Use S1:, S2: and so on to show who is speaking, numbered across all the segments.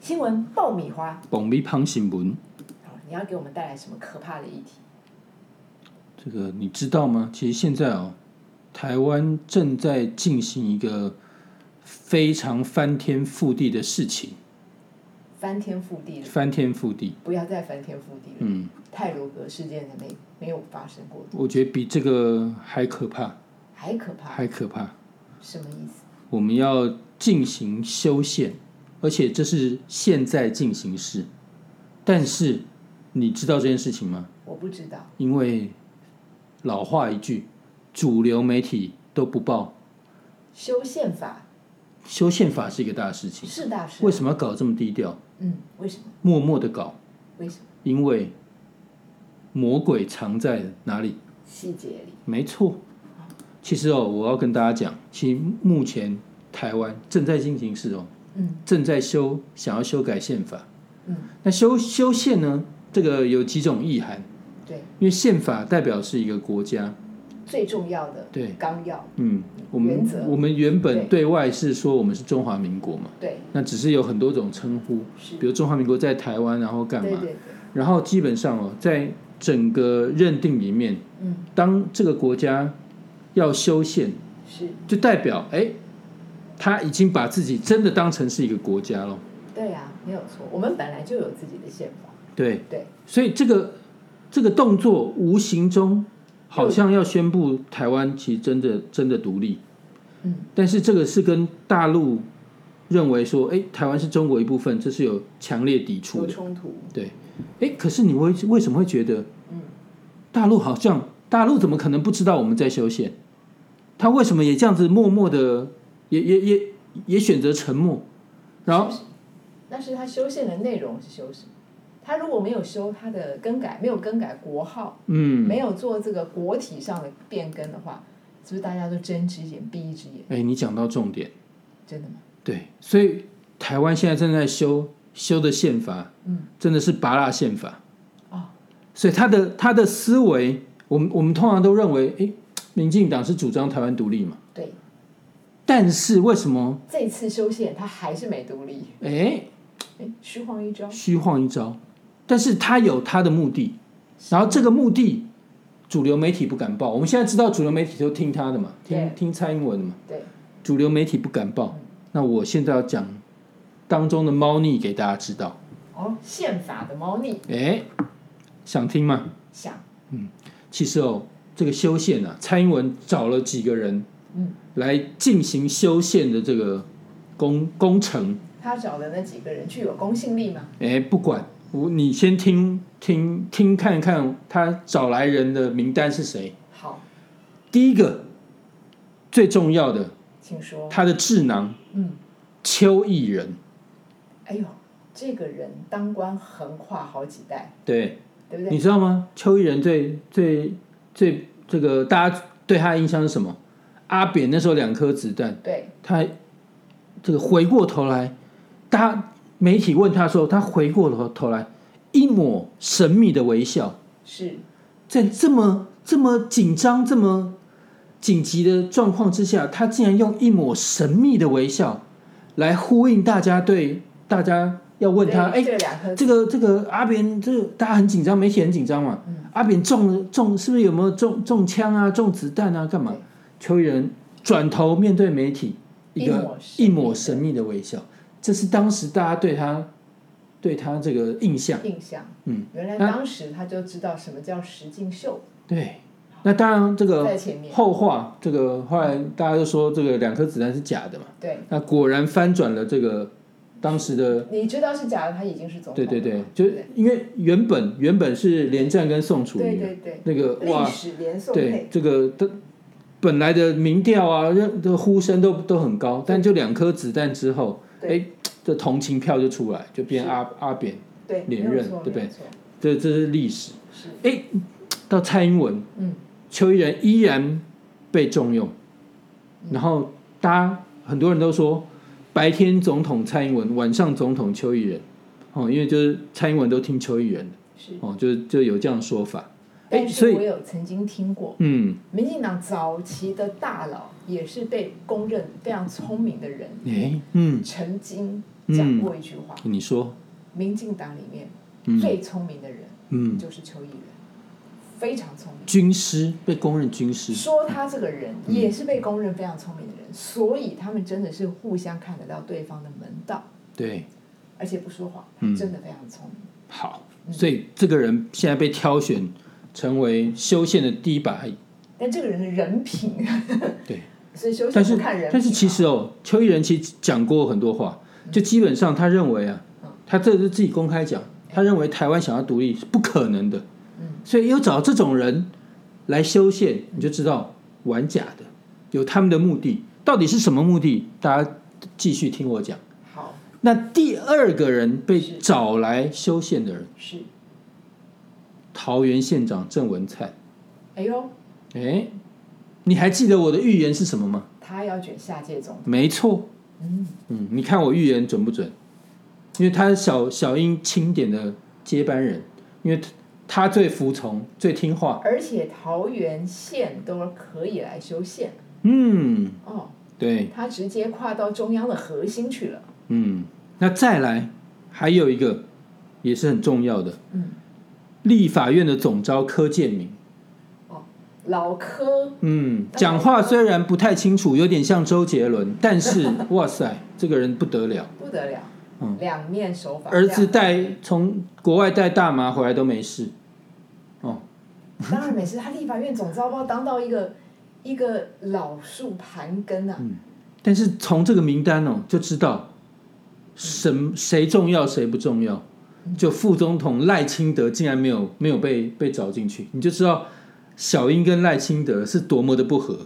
S1: 新闻爆米花，
S2: 爆米胖新闻，
S1: 好你要给我们带来什么可怕的议题？
S2: 这个你知道吗？其实现在哦，台湾正在进行一个非常翻天覆地的事情，
S1: 翻天覆地了，
S2: 翻天覆地。
S1: 不要再翻天覆地了。
S2: 嗯，
S1: 泰罗格事件还没没有发生过，
S2: 我觉得比这个还可怕，
S1: 还可怕，
S2: 还可怕。
S1: 什么意思？
S2: 我们要进行修宪，而且这是现在进行式。但是你知道这件事情吗？
S1: 我不知道。
S2: 因为老话一句，主流媒体都不报，
S1: 修宪法
S2: 修宪法是一个大事情。
S1: 是大事，
S2: 为什么要搞这么低调，
S1: 嗯，为什么？
S2: 默默的搞？
S1: 为什么？
S2: 因为魔鬼藏在哪里？
S1: 细节里，
S2: 没错。其实哦，我要跟大家讲，其实目前台湾正在进行是哦，
S1: 嗯
S2: 正在修想要修改宪法。
S1: 嗯，
S2: 那修修宪呢，这个有几种意涵，
S1: 对，
S2: 因为宪法代表是一个国家，
S1: 最重要的
S2: 对
S1: 纲要，
S2: 嗯，我们
S1: 原则
S2: 我们原本
S1: 对
S2: 对外是说我们是中华民国嘛，
S1: 对，
S2: 那只是有很多种称呼，
S1: 是，
S2: 比如中华民国在台湾，然后干
S1: 对
S2: 嘛？
S1: 对对，
S2: 然后基本上哦，在整个认定里面，
S1: 嗯，
S2: 当这个国家要修宪，
S1: 是
S2: 就代表哎，他已经把自己真的当成是一个国家了。
S1: 对啊，没有错，我们本来就有自己的宪法，
S2: 对，
S1: 对，
S2: 所以这个这个动作无形中好像要宣布台湾其实真的真的独立，
S1: 嗯，
S2: 但是这个是跟大陆认为说，哎，台湾是中国一部分，这是有强烈抵触
S1: 有
S2: 的。
S1: 冲突，
S2: 对，哎，可是你为为什么会觉得
S1: 嗯，
S2: 大陆好像大陆怎么可能不知道我们在修宪？他为什么也这样子默默的，也也也也选择沉默？然后
S1: 是不是但是他修宪的内容是修什么？他如果没有修他的更改，没有更改国号，
S2: 嗯，
S1: 没有做这个国体上的变更的话，是不是大家都睁一只眼闭一只眼？
S2: 哎，你讲到重点，
S1: 真的吗？
S2: 对，所以台湾现在正在修修的宪法，
S1: 嗯，
S2: 真的是拔蜡宪法，
S1: 哦，
S2: 所以他的他的思维，我们我们通常都认为，哎，民进党是主张台湾独立嘛，
S1: 对，
S2: 但是为什么，
S1: 这次修宪他还是没独立，
S2: 哎，
S1: 哎，虚晃一招，
S2: 虚晃一招，但是他有他的目的，然后这个目的，主流媒体不敢报。我们现在知道主流媒体都听他的嘛，听
S1: 对
S2: 听蔡英文的嘛，
S1: 对，嗯
S2: 主流媒体不敢报。那我现在要讲当中的猫腻给大家知道，
S1: 哦，宪法的猫腻
S2: 哎，想听吗？
S1: 想，
S2: 其实哦，这个修宪啊，蔡英文找了几个人
S1: 嗯，
S2: 来进行修宪的这个工工程，
S1: 他找的那几个人具有公信力吗？
S2: 哎，不管我，你先听听听看看他找来人的名单是谁。
S1: 好，
S2: 第一个最重要的，
S1: 请说。
S2: 他的智囊
S1: 嗯，
S2: 邱毅人，
S1: 哎呦，这个人当官横跨好几代，
S2: 对，
S1: 对不对？
S2: 你知道吗？邱毅人最最最这个大家对他的印象是什么？阿扁那时候两颗子弹，
S1: 对，
S2: 他这个回过头来，大家媒体问他的时候，他回过头头来一抹神秘的微笑，
S1: 是，
S2: 在这么这么紧张、这么紧急的状况之下，他竟然用一抹神秘的微笑来呼应大家对大家要问他，
S1: 对
S2: 哎，
S1: 这个两颗
S2: 这个这个阿扁，这个大家很紧张，媒体很紧张嘛，阿扁中了中是不是有没有中中枪啊、中子弹啊、干嘛？
S1: 对
S2: 邱毅人转头面对媒体，一
S1: 一
S2: 个
S1: 抹神
S2: 一
S1: 秘
S2: 抹
S1: 的
S2: 神秘的微笑，这是当时大家对他对他这个印象。
S1: 印象，
S2: 嗯，
S1: 原来
S2: 那
S1: 当时他就知道什么叫实境秀，
S2: 对，那当然这个
S1: 在前面，
S2: 后话，这个后来大家都说这个两颗子弹是假的嘛，
S1: 对，
S2: 那果然翻转了这个当时的，
S1: 你知道是假的，他已经是总统
S2: 对
S1: 了，
S2: 对对，就因为原本原本是连战跟宋楚
S1: 对
S2: 瑜嘛，
S1: 对对，
S2: 那个
S1: 历
S2: 哇，
S1: 史连宋
S2: 对
S1: 配，
S2: 这个的本来的民调啊，认的呼声都都很高，但就两颗子弹之后，
S1: 对
S2: 哎，这同情票就出来，就变
S1: 是
S2: 阿阿扁，
S1: 对，
S2: 连
S1: 没有
S2: 任
S1: 错
S2: 对不对？
S1: 没有错
S2: 这这是历史。
S1: 是，
S2: 哎，到蔡英文，
S1: 嗯，
S2: 邱毅然依然被重用，
S1: 嗯
S2: 然后大家很多人都说，白天总统蔡英文，晚上总统邱毅然，哦，因为就是蔡英文都听邱毅然的，
S1: 是。
S2: 哦，就就有这样的说法，哎，
S1: 但
S2: 所
S1: 是我
S2: 以
S1: 有曾经听过，
S2: 嗯，
S1: 民进党早期的大佬也是被公认非常聪明的人，
S2: 哎，嗯，
S1: 曾经讲过一句话：
S2: 你说，
S1: 民进党里面
S2: 嗯
S1: 最聪明的人
S2: 嗯，
S1: 就是邱毅人，非常聪明。
S2: 军师被公认军师，
S1: 说他这个人也是被公认非常聪明的
S2: 嗯
S1: 人，所以他们真的是互相看得到对方的门道，
S2: 对，
S1: 而且不说谎，他
S2: 嗯
S1: 真的非常聪明。
S2: 好，
S1: 嗯
S2: 所以这个人现在被挑选成为修宪的第一把
S1: 但这个人的人品，
S2: 对，
S1: 所以修
S2: 但
S1: 宪
S2: 是
S1: 不看人品啊
S2: 但是其实哦，邱毅人其实讲过很多话，就基本上他认为啊
S1: 嗯，
S2: 他这是自己公开讲，他认为台湾想要独立是不可能的，
S1: 嗯
S2: 所以又找这种人来修宪，你就知道玩假的，有他们的目的，到底是什么目的？大家继续听我讲。
S1: 好
S2: 那第二个人被
S1: 是
S2: 找来修宪的人，
S1: 是，
S2: 桃园县长郑文灿，
S1: 哎呦，
S2: 哎，你还记得我的预言是什么吗？
S1: 他要卷下届总统，
S2: 没错，
S1: 嗯，
S2: 嗯，你看我预言准不准？因为他是小小英钦点的接班人，因为他他最服从、最听话。
S1: 而且桃园县都可以来修宪
S2: 嗯，
S1: 哦，
S2: 对，
S1: 他直接跨到中央的核心去了，
S2: 嗯，那再来还有一个也是很重要的，
S1: 嗯，
S2: 立法院的总召柯建明。
S1: 老柯
S2: 嗯，讲话虽然不太清楚，有点像周杰伦，但是哇塞， 这个人不得了。
S1: 不得了，
S2: 嗯
S1: 两面手法，
S2: 儿子
S1: 这样
S2: 带从国外带大麻回来都没事，哦，
S1: 当然没事，他立法院总招包当到一个一个老树盘根
S2: 嗯
S1: 啊，
S2: 但是从这个名单哦，就知道什谁重要谁不重要。就副总统赖清德竟然没有没有被被找进去，你就知道小英跟赖清德是多么的不合。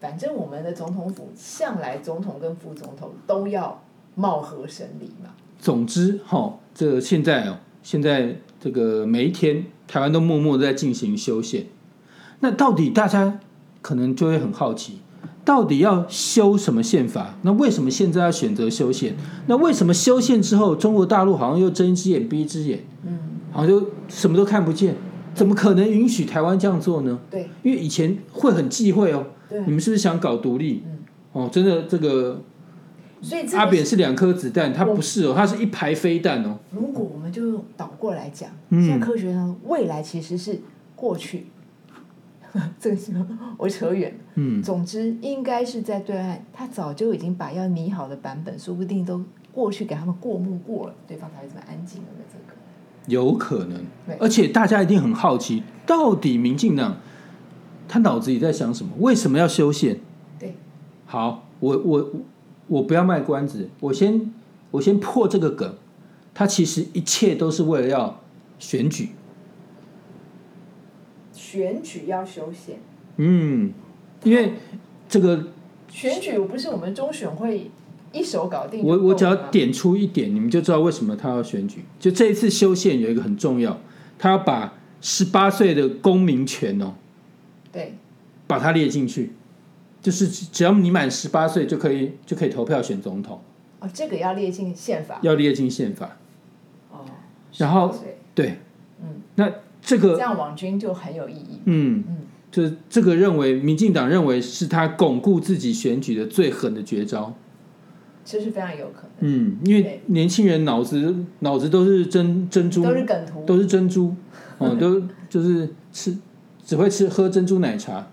S1: 反正我们的总统府向来总统跟副总统都要貌合神离嘛，
S2: 总之，哈、这个现在哦，现在这个每一天台湾都默默地在进行修宪。那到底大家可能就会很好奇，到底要修什么宪法？那为什么现在要选择修宪？那为什么修宪之后，中国大陆好像又睁一只眼闭一只眼？
S1: 嗯，
S2: 好像就什么都看不见，怎么可能允许台湾这样做呢？
S1: 对
S2: 因为以前会很忌讳哦。
S1: 对，
S2: 你们是不是想搞独立？
S1: 嗯
S2: 哦，真的，这个
S1: 所以这
S2: 阿
S1: 个
S2: 扁是两颗子弹，他不是哦，他是一排飞弹哦。
S1: 如果我们就用倒过来讲，
S2: 嗯
S1: 现在科学上未来其实是过去， 这个是我扯远了。
S2: 嗯，
S1: 总之，应该是在对岸，他早就已经把要拟好的版本，说不定都过去给他们过目过了，对方才会这么安静。有没有这个？
S2: 有可能
S1: 对。
S2: 而且大家一定很好奇，到底民进党他脑子里在想什么？为什么要修宪？
S1: 对，
S2: 好，我我我不要卖关子，我先我先破这个梗，他其实一切都是为了要选举。
S1: 选举要修宪，
S2: 嗯，因为这个
S1: 选举不是我们中选会一手搞定就够
S2: 我
S1: 了吗。
S2: 我只要点出一点，你们就知道为什么他要选举。就这一次修宪有一个很重要，他要把十八岁的公民权哦，
S1: 对
S2: 把它列进去，就是只只要你满十八岁就可以就可以投票选总统，
S1: 哦，这个要列进宪法
S2: 要列进宪法。
S1: 哦。
S2: 然后
S1: 18岁
S2: 对，
S1: 嗯，
S2: 那这
S1: 这
S2: 个
S1: 样网军就很有意义。
S2: 嗯
S1: 嗯，
S2: 就是这个认为民进党认为是他巩固自己选举的最狠的绝招。
S1: 这是非常有可
S2: 嗯，因为
S1: 对
S2: 年轻人脑子脑子都是珍珍珠
S1: 能，都是梗图。
S2: 都是珍珠， 哦，都就是吃，只会吃喝珍珠奶茶，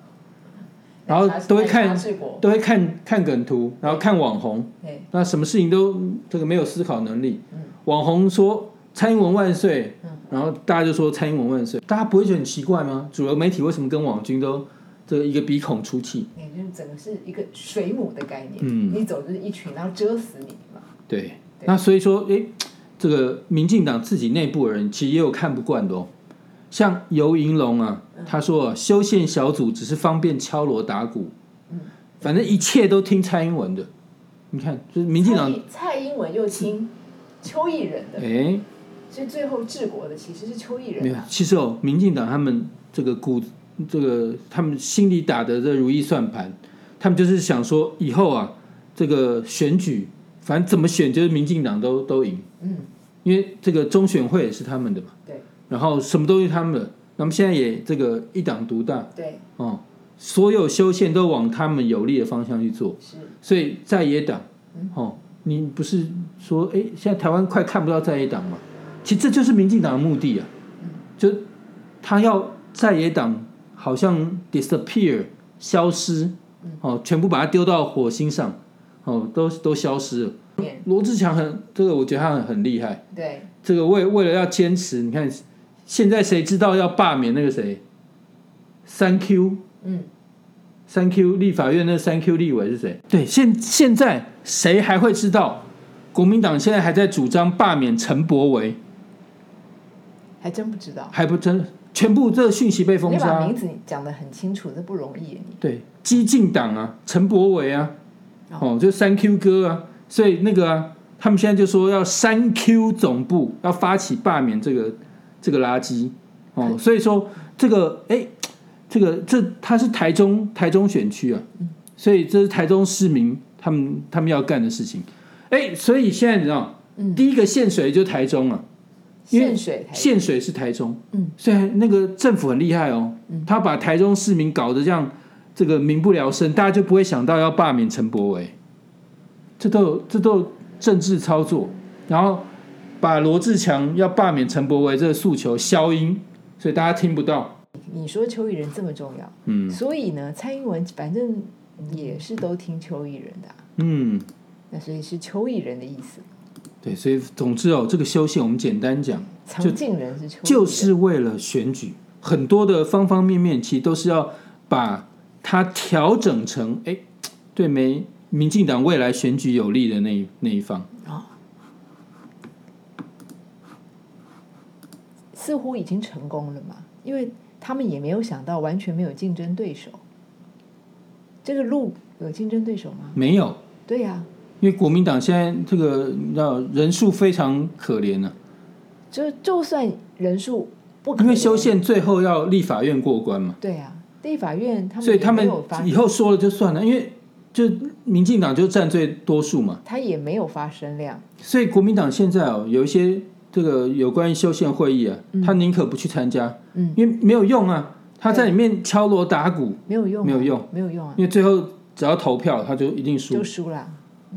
S2: 然后都会看嗯
S1: 奶茶水果，
S2: 都会看看梗图，然后看网红，
S1: 对，
S2: 那什么事情都这个没有思考能力
S1: 嗯。
S2: 网红说蔡英文万岁
S1: 嗯，
S2: 然后大家就说蔡英文万岁，大家不会觉得很奇怪吗？主流媒体为什么跟网军都这个一个鼻孔出气？
S1: 你就是整个是一个水母的概念，
S2: 嗯
S1: 你走就是一群，然后遮死你嘛，
S2: 对，
S1: 对
S2: 那所以说，诶，这个民进党自己内部的人其实也有看不惯的哦。像游银龙啊，
S1: 嗯
S2: 他说、啊、修宪小组只是方便敲锣打鼓，
S1: 嗯
S2: 反正一切都听蔡英文的。你看，就是民进党，
S1: 蔡蔡英文又听邱毅人的，
S2: 诶，
S1: 所以最后治国的其实是邱毅
S2: 没
S1: 人
S2: 有
S1: 啊，。
S2: 其实哦，民进党他们这个骨，这个他们心里打的这如意算盘，他们就是想说以后啊，这个选举，反正怎么选就是民进党都都赢。
S1: 嗯，
S2: 因为这个中选会也是他们的嘛，
S1: 对，
S2: 然后什么都是他们的，那么现在也这个一党独大
S1: 对，
S2: 哦，所有修宪都往他们有利的方向去做，
S1: 是，
S2: 所以在野党哦，你不是说，哎、现在台湾快看不到在野党嘛？其实这就是民进党的目的啊，就他要在野党好像 disappear 消失，哦，全部把它丢到火星上，哦，都都消失了。罗志强很这个，我觉得他很很厉害。
S1: 对，
S2: 这个为为了要坚持，你看现在谁知道要罢免那个谁？三 Q
S1: 嗯，
S2: 三 Q 立法院那三 Q 立委是谁？对，现现在谁还会知道？国民党现在还在主张罢免陈柏维，
S1: 还真不知道。
S2: 还不真全部这个讯息被封
S1: 你把
S2: 杀
S1: 名。字讲得很清楚，这不容易耶。你
S2: 对，激进党啊，陈柏维啊，哦，就三 Q 哥啊，所以那个啊，他们现在就说要三 Q 总部要发起罢免这个这个垃圾哦，所以说这个哎，这个这他是台中台中选区啊，所以这是台中市民他们他们要干的事情，哎，所以现在你知道，第一个限水就是台中啊，因为
S1: 限水台
S2: 限水是台中，
S1: 嗯，
S2: 所以那个政府很厉害哦，他把台中市民搞得这样，这个民不聊生，大家就不会想到要罢免陈柏惟，这都有这都有政治操作，然后把罗志强要罢免陈柏惟这个诉求消音，所以大家听不到，
S1: 你说邱毅人这么重要，
S2: 嗯
S1: 所以呢，蔡英文反正也是都听邱毅人的啊、
S2: 嗯，
S1: 那所以是邱毅人的意思。
S2: 对，所以总之哦，这个修宪我们简单讲，
S1: 常进人是邱毅人，
S2: 就是为了选举，很多的方方面面其实都是要把它调整成哎，对没民进党未来选举有利的那一那一方。
S1: 似乎已经成功了嘛，因为他们也没有想到完全没有竞争对手。这个路有竞争对手吗？
S2: 没有，
S1: 对呀、
S2: 因为国民党现在这个你知道人数非常可怜啊，
S1: 就就算人数不可
S2: 因
S1: 能，
S2: 为修宪最后要立法院过关嘛，
S1: 对呀、立法院他们
S2: 所以他
S1: 也
S2: 们
S1: 没有发
S2: 以后说了就算了，因为就民进党就占最多数嘛。
S1: 他也没有发声量，
S2: 所以国民党现在哦，有一些这个有关于修宪会议啊，他宁可不去参加，
S1: 嗯，
S2: 因为没有用啊，他在里面敲锣打鼓，
S1: 没有用、啊，
S2: 没有用，
S1: 没有用啊，
S2: 因为最后只要投票，他就一定输
S1: 就，输了。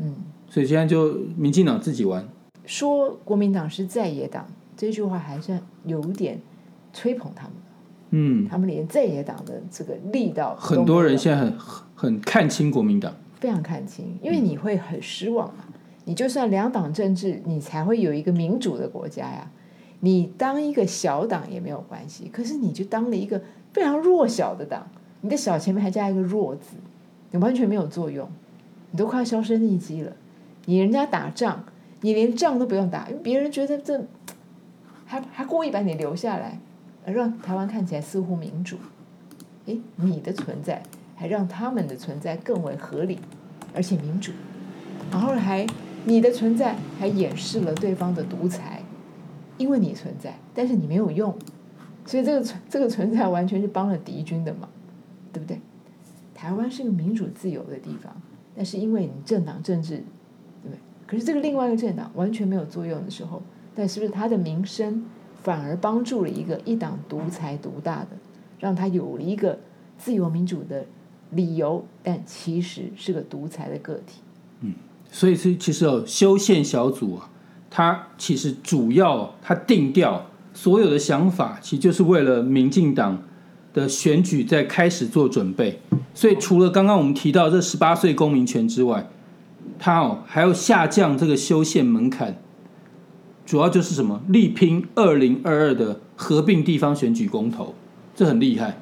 S1: 嗯，
S2: 所以现在就民进党自己玩，
S1: 说国民党是在野党这句话还是有点吹捧他们，
S2: 嗯，
S1: 他们连在野党的这个力道都没有，
S2: 很多人现在很很很看清国民党，
S1: 非常看清，因为你会很失望啊。你就算两党政治，你才会有一个民主的国家呀。你当一个小党也没有关系，可是你就当了一个非常弱小的党，你的小前面还加一个弱字，你完全没有作用，你都快要销声匿迹了。你人家打仗，你连仗都不用打，因为别人觉得这还还故意把你留下来，让台湾看起来似乎民主。诶，你的存在还让他们的存在更为合理，而且民主，然后还你的存在还掩饰了对方的独裁，因为你存在，但是你没有用，所以这个存这个存在完全是帮了敌军的嘛，对不对？台湾是个民主自由的地方，但是因为你政党政治，对不对？可是这个另外一个政党完全没有作用的时候，但是不是他的名声反而帮助了一个一党独裁独大的，让他有了一个自由民主的理由，但其实是个独裁的个体。
S2: 所以是其实哦，修宪小组啊，它其实主要它定调所有的想法，其实就是为了民进党的选举在开始做准备。所以除了刚刚我们提到这十八岁公民权之外，它哦还要下降这个修宪门槛，主要就是什么力拼二零二二的合并地方选举公投，这很厉害。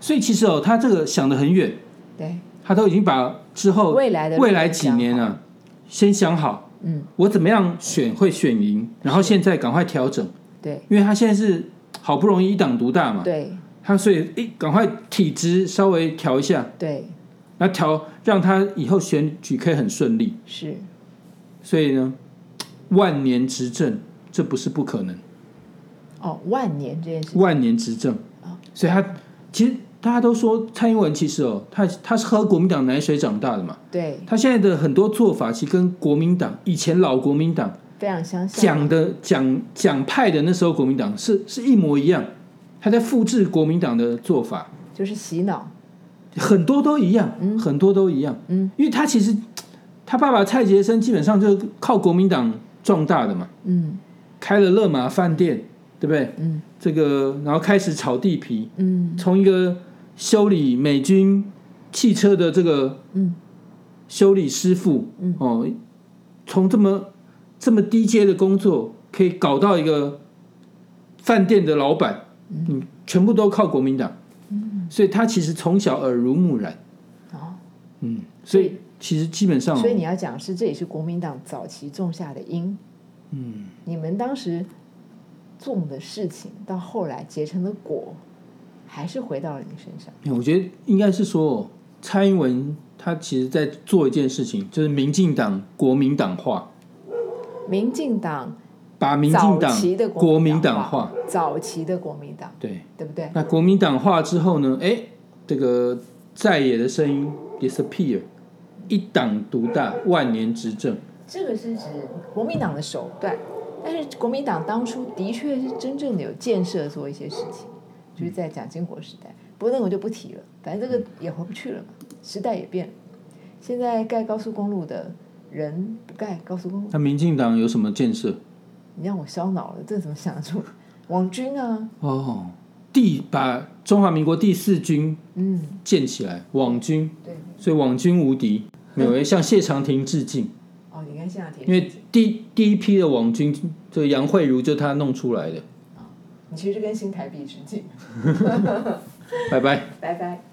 S2: 所以其实哦，他这个想得很远，
S1: 对，
S2: 他都已经把之后
S1: 未来的
S2: 未来几年
S1: 啊，
S2: 啊，先想好，
S1: 嗯，
S2: 我怎么样选会选赢，然后现在赶快调整，
S1: 对
S2: 因为他现在是好不容易一党独大嘛，
S1: 对
S2: 他所以诶赶快体质稍微调一下，
S1: 对，
S2: 那调让他以后选举可以很顺利，
S1: 是
S2: 所以呢，万年执政这不是不可能，
S1: 哦，万年这件事，
S2: 万年执政
S1: 哦，
S2: 所以他其实大家都说蔡英文其实哦，他他是喝国民党奶水长大的嘛，
S1: 对，
S2: 他现在的很多做法其实跟国民党以前老国民党。
S1: 非常相像。
S2: 讲的讲讲派的那时候国民党是是一模一样，他在复制国民党的做法，
S1: 就是洗脑，
S2: 很多都一样，很多都一样，
S1: 嗯，
S2: 因为他其实他爸爸蔡杰生基本上就是靠国民党壮大的嘛，
S1: 嗯
S2: 开了乐马饭店，对不对？
S1: 嗯
S2: 这个然后开始炒地皮，
S1: 嗯
S2: 从一个修理美军汽车的这个
S1: 嗯
S2: 修理师傅，
S1: 嗯
S2: 哦，从这么这么低阶的工作，可以搞到一个饭店的老板，嗯，全部都靠国民党，嗯，所以他其实从小耳濡目染，
S1: 哦，
S2: 嗯，
S1: 所
S2: 所以其实基本上哦，
S1: 所以你要讲是这也是国民党早期种下的因，嗯，你们当时种的事情到后来结成的果，还是回到了你身上。
S2: 哎我觉得应该是说，蔡英文他其实在做一件事情，就是民进党国民党化，
S1: 民进党
S2: 把民进
S1: 早
S2: 党
S1: 期的
S2: 国民
S1: 党
S2: 党化，，
S1: 早期的国民党，
S2: 对。
S1: 对不对？
S2: 那国民党化之后呢？哎，这个在野的声音 disappear，一党独大，万年执政。
S1: 这个是指国民党的手段，但是国民党当初的确是真正的有建设做一些事情，就是在蒋经国时代。不过那个我就不提了，反正这个也回不去了嘛，时代也变了。现在盖高速公路的人不盖高速公路，
S2: 那民进党有什么建设？
S1: 你让我烧脑了，这怎么想得出来？网军啊，
S2: 哦，第把中华民国第四军
S1: 嗯，
S2: 建起来，网军，
S1: 对，嗯
S2: 所以网军无敌。没有，要向谢长廷致敬，
S1: 哦，你看现在
S2: 因为第第一批的网军，这个杨慧茹就他弄出来的。
S1: 你其实跟新台币致敬，
S2: 拜拜。
S1: 拜拜。